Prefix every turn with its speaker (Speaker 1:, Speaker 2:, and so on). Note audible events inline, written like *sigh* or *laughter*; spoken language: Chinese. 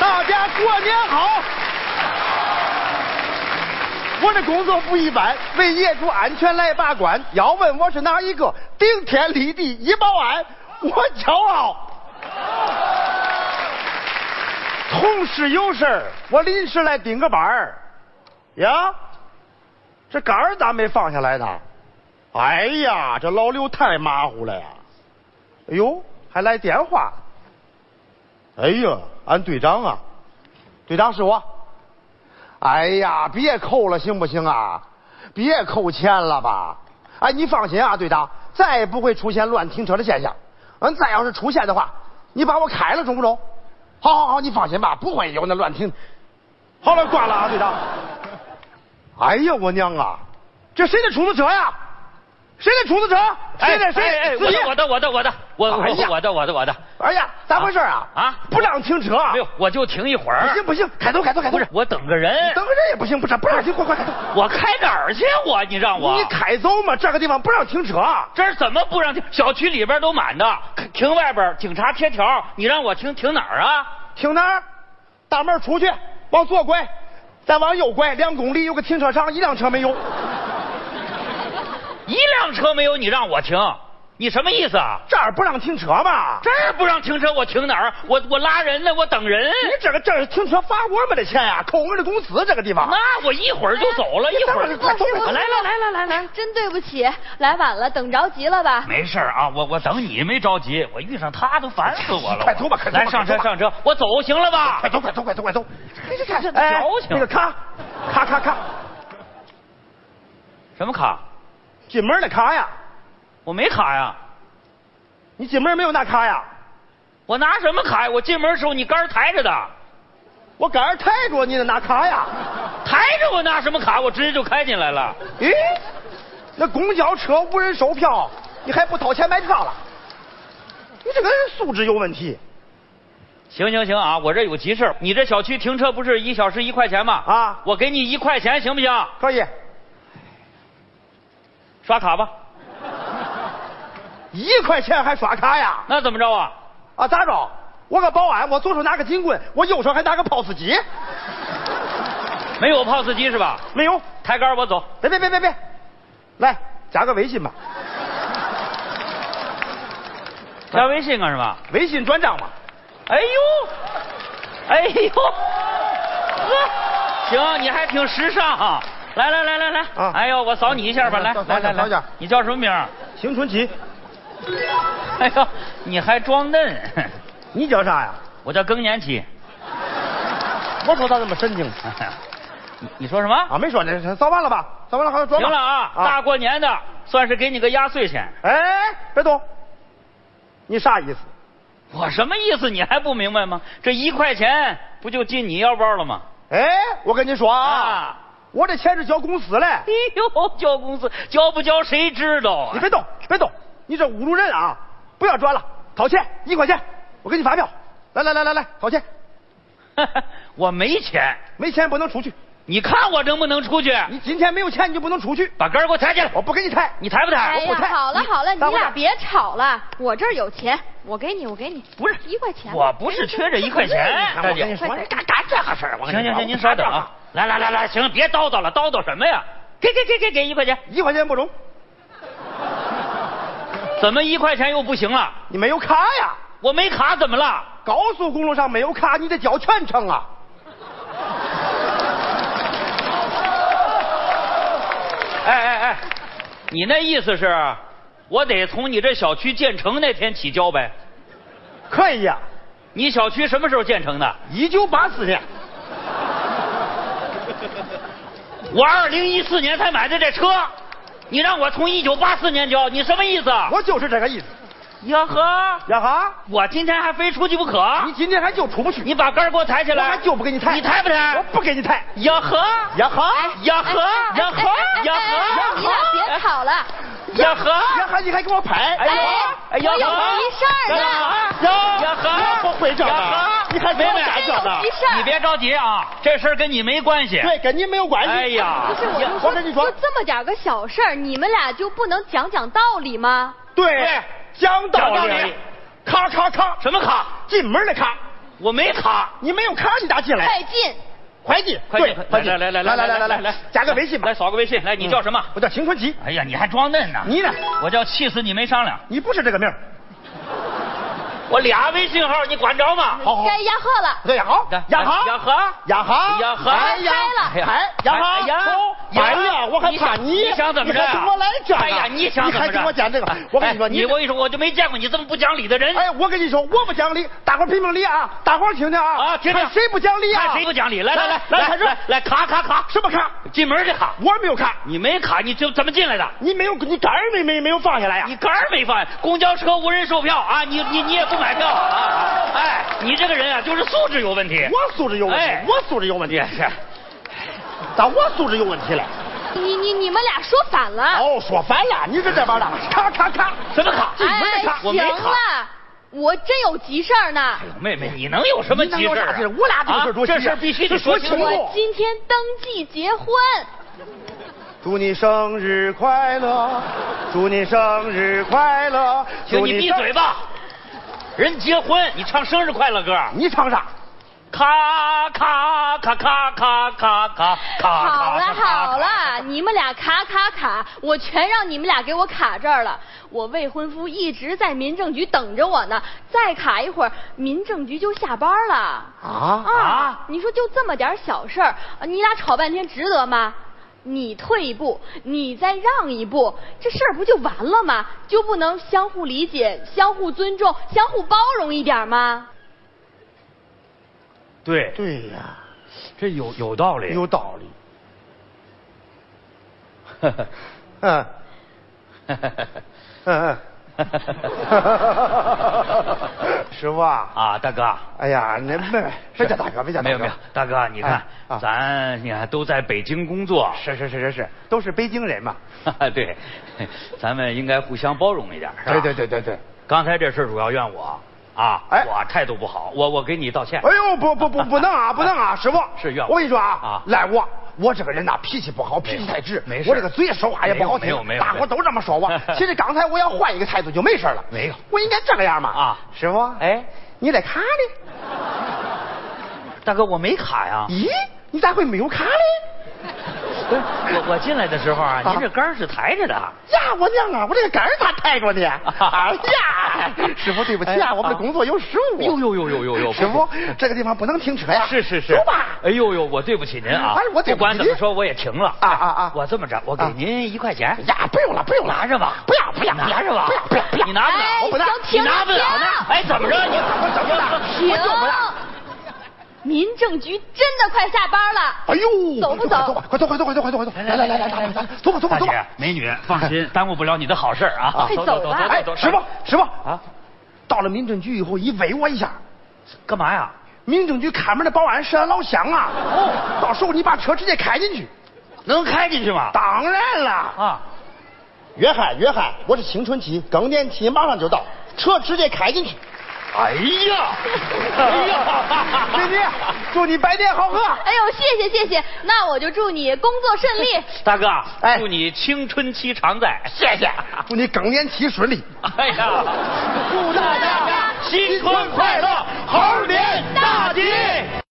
Speaker 1: 大家过年好！我的工作不一般，为业主安全来把关。要问我是哪一个，顶天立地一保安，我骄傲。同事有事儿，我临时来顶个班儿。呀，这杆儿咋没放下来呢？哎呀，这老刘太马虎了呀！哎呦，还来电话。哎呀，俺队长啊，队长是我。哎呀，别扣了行不行啊？别扣钱了吧？哎，你放心啊，队长，再也不会出现乱停车的现象。嗯，再要是出现的话，你把我开了中不中？好好好，你放心吧，不会有那乱停。好了，挂了啊，队长。哎呀，我娘啊，这谁的出租车呀？谁的出租车？谁的谁？
Speaker 2: 哎哎
Speaker 1: 司机
Speaker 2: 我的我的我的我的我
Speaker 1: 哎呀
Speaker 2: 我我的我的我的，
Speaker 1: 哎呀，咋回事啊？
Speaker 2: 啊
Speaker 1: 不让停车。
Speaker 2: 没有，我就停一会
Speaker 1: 不
Speaker 2: 儿。
Speaker 1: 行不行，开动开动开
Speaker 2: 不
Speaker 1: 动。
Speaker 2: 是，我等个人，
Speaker 1: 等个人也不行，不是不让停，快快开动。
Speaker 2: 我开哪儿去？我你让我
Speaker 1: 你开走嘛，这个地方不让停车。啊
Speaker 2: 这儿怎么不让停？小区里边都满的，停外边警察贴条，你让我停停哪儿啊？
Speaker 1: 停哪儿？大门出去，往左拐，再往右拐两公里有个停车场，一辆车没有。
Speaker 2: 一辆车没有，你让我停，你什么意思啊？
Speaker 1: 这儿不让停车嘛？
Speaker 2: 这儿不让停车，我停哪儿？啊我我拉人呢，我等人。
Speaker 1: 你这个这是停车罚我们的钱呀、扣我们的工资。这个地方，
Speaker 2: 那我一会儿就走了，
Speaker 1: 你
Speaker 2: 一会儿
Speaker 1: 等
Speaker 2: 就
Speaker 1: 会儿快走快走
Speaker 2: 来了来了来了。
Speaker 3: 真对不起，来晚了，等着急了吧？
Speaker 2: 没事儿啊，我我等你没着急，我遇上他都烦死我了。
Speaker 1: 快走吧快走吧
Speaker 2: 来上车
Speaker 1: 快走吧
Speaker 2: 上车，我走行了吧
Speaker 1: 快？走快走快走快走！
Speaker 3: 这这这
Speaker 1: 哎
Speaker 2: 矫情
Speaker 1: 那个卡，卡卡卡，
Speaker 2: 什么卡？
Speaker 1: 进门的卡呀，
Speaker 2: 我没卡呀，
Speaker 1: 你进门没有拿卡呀？
Speaker 2: 我拿什么卡呀？我进门的时候你杆儿抬着的，
Speaker 1: 我赶上抬着你的拿卡呀。
Speaker 2: 抬着我拿什么卡？我直接就开进来了。
Speaker 1: 咦，那公交车无人售票，你还不掏钱买票了？你这个人素质有问题
Speaker 2: 行行行啊，我这有急事，你这小区停车不是一小时一块钱吗？
Speaker 1: 啊！
Speaker 2: 我给你一块钱行不行？
Speaker 1: 可以，
Speaker 2: 刷卡吧。
Speaker 1: 一块钱还刷卡呀？
Speaker 2: 那怎么着啊？
Speaker 1: 啊，咋着？我个保安，我左手拿个警棍，我右手还拿个 POS 机。
Speaker 2: 没有 POS 机是吧？
Speaker 1: 没有，
Speaker 2: 抬杆儿我走。
Speaker 1: 别别别别别，来加个微信吧，
Speaker 2: 加微信干什么？
Speaker 1: 微信转账吧。
Speaker 2: 哎呦，哎呦，呵，行，你还挺时尚、啊。来来来来来，
Speaker 1: 啊
Speaker 2: 哎呦，我扫你一下吧，
Speaker 1: 嗯
Speaker 2: 来
Speaker 1: 扫扫
Speaker 2: 来
Speaker 1: 一下
Speaker 2: 来
Speaker 1: 扫一下
Speaker 2: 来，你叫什么名儿？ *laughs*
Speaker 1: 邢春奇，
Speaker 2: 哎呦，你还装嫩，
Speaker 1: 你叫啥呀？
Speaker 2: 我叫更年期。 *laughs*
Speaker 1: 我说咋这么神经
Speaker 2: 你你说什么？
Speaker 1: 啊？没说呢，扫完了吧？扫完了还要转
Speaker 2: 行
Speaker 1: 吧
Speaker 2: 了啊，大过年的，算是给你个压岁钱。
Speaker 1: 哎，别动，你啥意思？
Speaker 2: 我什么意思？你还不明白吗？这一块钱不就进你腰包了吗？
Speaker 1: 哎，我跟你说啊，
Speaker 2: 啊
Speaker 1: 我这钱是交公司嘞
Speaker 2: 哎，呦，交公司交不交谁知道啊
Speaker 1: 你？别动，别动，你这侮辱人啊！不要转了，掏钱一块钱，我给你发票。来来来来来，掏钱，
Speaker 2: *laughs* 我没钱，
Speaker 1: 没钱不能出去。
Speaker 2: 你看我能不能出去？
Speaker 3: 嗯
Speaker 1: 你今天没有钱你就不能出去，
Speaker 2: 把杆儿给我抬起来，
Speaker 1: 我不给你抬。
Speaker 2: 你抬不抬？
Speaker 3: 哎
Speaker 2: 我
Speaker 3: 呀
Speaker 2: 不抬，，
Speaker 3: 好了好了，你
Speaker 1: 耽误
Speaker 3: 俩
Speaker 1: 了
Speaker 3: 别吵了，我这儿有钱，我给你，我给你，
Speaker 2: 不是
Speaker 3: 一块钱吧，
Speaker 2: 我不是缺这一块钱
Speaker 3: 哎
Speaker 1: 看
Speaker 2: 大
Speaker 1: 我
Speaker 2: 姐
Speaker 1: 跟你说，
Speaker 3: 快点
Speaker 1: 干干这个事儿，我跟
Speaker 2: 行
Speaker 1: 你
Speaker 2: 行
Speaker 1: 说
Speaker 2: 行，您稍等啊。。来来来来，行，别叨叨了，叨叨什么呀？给给给给给一块钱，
Speaker 1: 一块钱不中，
Speaker 2: 怎么一块钱又不行了？
Speaker 1: 你没有卡呀？
Speaker 2: 我没卡怎么了？
Speaker 1: 高速公路上没有卡，你得交全程啊。
Speaker 2: 哎哎哎，你那意思是，我得从你这小区建成那天起交呗？
Speaker 1: 可以呀、
Speaker 2: 你小区什么时候建成的？
Speaker 1: 一九八四年，
Speaker 2: 我二零一四年才买的这车，你让我从一九八四年交，你什么意思？
Speaker 1: 我就是这个意思。
Speaker 2: 呀呵，
Speaker 1: 呀哈，
Speaker 2: 我今天还非出去不可。
Speaker 1: 你今天还就出不去，
Speaker 2: 啊你把杆儿给我抬起
Speaker 1: 我
Speaker 2: 来，
Speaker 1: 还就不给你抬。
Speaker 2: 你抬不
Speaker 1: 我
Speaker 2: 抬？
Speaker 1: 不给你抬。
Speaker 2: 呀呵，
Speaker 1: 呀哈。
Speaker 2: 呀呵，呀呵，
Speaker 3: 哎哎
Speaker 2: 呀
Speaker 3: 哎
Speaker 2: 呵，哎
Speaker 3: 你俩别吵了，
Speaker 2: 呀呵，
Speaker 1: 呀哈，你还给我拍？
Speaker 2: 哎呦，哎呦，
Speaker 3: 我有急事儿呢
Speaker 2: 呀呀呵，
Speaker 1: 我不会这个啊
Speaker 2: 呀呵
Speaker 1: 你还给我打这
Speaker 3: 真
Speaker 1: 个
Speaker 3: 有急事儿
Speaker 2: 你别着急啊，这事儿跟你没关系。
Speaker 1: 对，跟你没有关系。
Speaker 2: 哎呀
Speaker 3: 不是，我就
Speaker 1: 我跟你
Speaker 3: 说，
Speaker 1: 说
Speaker 3: 就这么点个小事儿，你们俩就不能讲讲道理吗？
Speaker 1: 对
Speaker 2: 对
Speaker 1: 讲道
Speaker 2: 讲道
Speaker 1: 理
Speaker 2: 理，
Speaker 1: 咔咔咔，
Speaker 2: 什么卡？
Speaker 1: 进门的咔，
Speaker 2: 我没卡，
Speaker 1: 你没有卡，你咋进
Speaker 3: 快
Speaker 1: 来？
Speaker 3: 进，
Speaker 1: 快进，
Speaker 2: 哎快
Speaker 1: 对
Speaker 2: 点，
Speaker 1: 快
Speaker 2: 快
Speaker 1: 进，
Speaker 2: 来来
Speaker 1: 来
Speaker 2: 来来
Speaker 1: 来
Speaker 2: 来
Speaker 1: 来
Speaker 2: 来，
Speaker 1: 加个微信吧
Speaker 2: 来。扫个微信，来，你叫什么？
Speaker 1: 我叫邢坤吉，
Speaker 2: 哎呀，你还装嫩呢？
Speaker 1: 你呢？
Speaker 2: 我叫气死你没商量，
Speaker 1: 你不是这个命儿。
Speaker 2: 我俩微信号，你管着吗？
Speaker 1: 好好，
Speaker 3: 该压货了。
Speaker 1: 对，好
Speaker 2: 来，
Speaker 1: 亚航，
Speaker 2: 亚航
Speaker 1: 亚航，
Speaker 2: 亚航
Speaker 1: 哎呀，
Speaker 3: 开
Speaker 2: 了
Speaker 1: 哎，亚
Speaker 2: 哎
Speaker 1: 航，
Speaker 2: 呀
Speaker 1: 走
Speaker 2: 呀
Speaker 1: 哎呀，我还怕
Speaker 2: 你想你想怎么着
Speaker 1: 你
Speaker 2: 啊
Speaker 1: 还跟我来这个？
Speaker 2: 哎呀，你
Speaker 1: 你
Speaker 2: 想怎么
Speaker 1: 还
Speaker 2: 着？
Speaker 1: 跟我讲这个？我跟你说，
Speaker 2: 哎你我跟你说，我就没见过你这么不讲理的人。
Speaker 1: 哎，我跟你说，我不讲理，大伙儿评评理啊！大伙儿听听啊！
Speaker 2: 啊，听听
Speaker 1: 看谁不讲理啊？
Speaker 2: 看谁不讲理？来来来
Speaker 1: 来，
Speaker 2: 来
Speaker 1: 开始
Speaker 2: 来来，卡卡卡，
Speaker 1: 什么卡？
Speaker 2: 进门去卡。
Speaker 1: 我没有卡，
Speaker 2: 你没卡，你就怎么进来的？
Speaker 1: 你没有，你杆儿没没没有放下来呀、
Speaker 2: 你杆儿没放，公交车无人售票啊！你你你也不买票啊！哎，你这个人啊，就是素质有问题。
Speaker 1: 我素质有问题，
Speaker 2: 哎
Speaker 1: 我素质有问题，咋我素质有问题了？
Speaker 3: 你你你们俩说反了。
Speaker 1: 哦，说反了，你是这边的，咔咔咔，
Speaker 2: 什么卡？
Speaker 1: 进门
Speaker 3: 哎
Speaker 1: 没卡
Speaker 2: 我没
Speaker 3: 行
Speaker 2: 卡
Speaker 3: 了，我真有急事儿呢。
Speaker 2: 哎妹妹，你能有什么急
Speaker 1: 你能有
Speaker 2: 事
Speaker 1: 啥
Speaker 2: 儿
Speaker 1: 急事
Speaker 2: 啊？
Speaker 1: 我俩就是多急啊
Speaker 2: 这事儿必须得说清
Speaker 1: 这说
Speaker 2: 楚
Speaker 1: 清。
Speaker 3: 我今天登记结婚，
Speaker 1: 祝你生日快乐，祝你生日快乐，
Speaker 2: 行，
Speaker 1: 祝
Speaker 2: 你闭
Speaker 1: 生
Speaker 2: 嘴！吧！人结婚，你唱生日快乐歌，
Speaker 1: 你唱啥？
Speaker 2: 咔咔咔咔咔咔咔咔。
Speaker 3: 好了好，了，你们俩卡卡卡，我全让你们俩给我卡这儿了。我未婚夫一直在民政局等着我呢，再卡一会儿，民政局就下班了。
Speaker 1: 啊
Speaker 2: 啊
Speaker 3: 你说就这么点儿小事儿，啊你俩吵半天值得吗？你退一步，你再让一步，这事儿不就完了吗？就不能相互理解、相互尊重、相互包容一点儿吗？
Speaker 2: 对，
Speaker 1: 对呀，
Speaker 2: 这有有道理。 *laughs*
Speaker 1: 有道理。嗯嗯嗯，师傅啊，
Speaker 2: 啊，大哥。
Speaker 1: 哎呀，你别别叫大哥，别叫大哥，
Speaker 2: 没有没有，大哥，你看
Speaker 1: 哎啊
Speaker 2: 咱你看都在北京工作，
Speaker 1: 是是是是是，都是北京人嘛。
Speaker 2: *laughs* 对，咱们应该互相包容一点，是吧？
Speaker 1: 对对对对对。
Speaker 2: 刚才这事儿主要怨我啊，
Speaker 1: 哎
Speaker 2: 我态度不好，我我给你道歉。
Speaker 1: 哎呦，不不不不能啊，不能啊，师傅。
Speaker 2: 是怨我
Speaker 1: 我跟你说啊，
Speaker 2: 啊
Speaker 1: 赖我，我这个人呐脾气不好，脾气太直，
Speaker 2: 没事
Speaker 1: 我这个嘴说话也不好听，
Speaker 2: 没有没有没有
Speaker 1: 大伙都这么说我。其实刚才我要换一个态度就没事了。
Speaker 2: 没有
Speaker 1: 我应该这个样嘛。
Speaker 2: 啊
Speaker 1: 师傅，
Speaker 2: 哎，
Speaker 1: 你在卡呢？
Speaker 2: 大哥，我没卡呀，
Speaker 1: 咦，你咋会没有卡嘞？哎
Speaker 2: 我我进来的时候哎啊，
Speaker 1: 啊
Speaker 2: 您这杆儿是抬着的。
Speaker 1: 呀，我娘啊，我这个杆儿咋抬
Speaker 2: *laughs*
Speaker 1: 过呢？哎呀，师傅对不起
Speaker 2: 哎
Speaker 1: 啊，我们的
Speaker 2: 啊
Speaker 1: 工作有失误。
Speaker 2: 呦呦呦呦呦呦
Speaker 1: 师傅，这个地方不能停车呀。
Speaker 2: 哎是是是
Speaker 1: 啊走吧。，
Speaker 2: 哎呦呦，我对不起您啊
Speaker 1: 哎！我对不起您
Speaker 2: 不管怎么说，我也停了。
Speaker 1: 啊啊啊
Speaker 2: 我这么着，我给
Speaker 1: 啊
Speaker 2: 您一块钱。
Speaker 1: 呀，不用了，不用了，
Speaker 2: 哎拿着吧，
Speaker 1: 不要不要，
Speaker 2: 拿着吧，
Speaker 1: 不要不要不要，
Speaker 2: 你拿不了，
Speaker 3: 哎
Speaker 2: 我不拿
Speaker 3: 行，
Speaker 2: 你
Speaker 3: 停
Speaker 2: 拿不了呢
Speaker 3: 停。
Speaker 2: 哎，怎么着你？
Speaker 1: 我怎么了？
Speaker 3: 停
Speaker 1: 我就不了。！
Speaker 3: 民政局真的快下班了。
Speaker 1: 哎呦，
Speaker 3: 走不走？
Speaker 1: 快走快走快走快走快走！来来来来来来，走吧走吧
Speaker 2: 大
Speaker 1: 走
Speaker 2: 姐
Speaker 1: 吧！，
Speaker 2: 美女，放心，耽误不了你的好事儿啊！
Speaker 3: 快
Speaker 2: 走
Speaker 3: 走
Speaker 2: 走
Speaker 3: 吧
Speaker 2: 走
Speaker 1: 哎
Speaker 2: 走，走，
Speaker 1: 师傅师傅
Speaker 2: 啊，
Speaker 1: 到了民政局以后，你喂我一下。
Speaker 2: 干嘛呀？
Speaker 1: 民政局看门的保安是俺老乡啊。
Speaker 2: 哦
Speaker 1: 到时候你把车直接开进去。
Speaker 2: 能开进去吗？
Speaker 1: 当然了，
Speaker 2: 啊，
Speaker 1: 约翰约翰，我是青春期更年期，马上就到，车直接开进去。
Speaker 2: 哎呀，
Speaker 1: *laughs*
Speaker 2: 哎呀，
Speaker 1: 美女，祝你白天好合。
Speaker 3: 哎呦，谢谢谢谢，那我就祝你工作顺利。
Speaker 2: 大哥，
Speaker 1: 哎
Speaker 2: 祝你青春期常在。
Speaker 1: 谢谢，祝你更年期顺利。
Speaker 2: 哎呀，
Speaker 1: 祝大家
Speaker 2: 新春快乐，猴年大吉！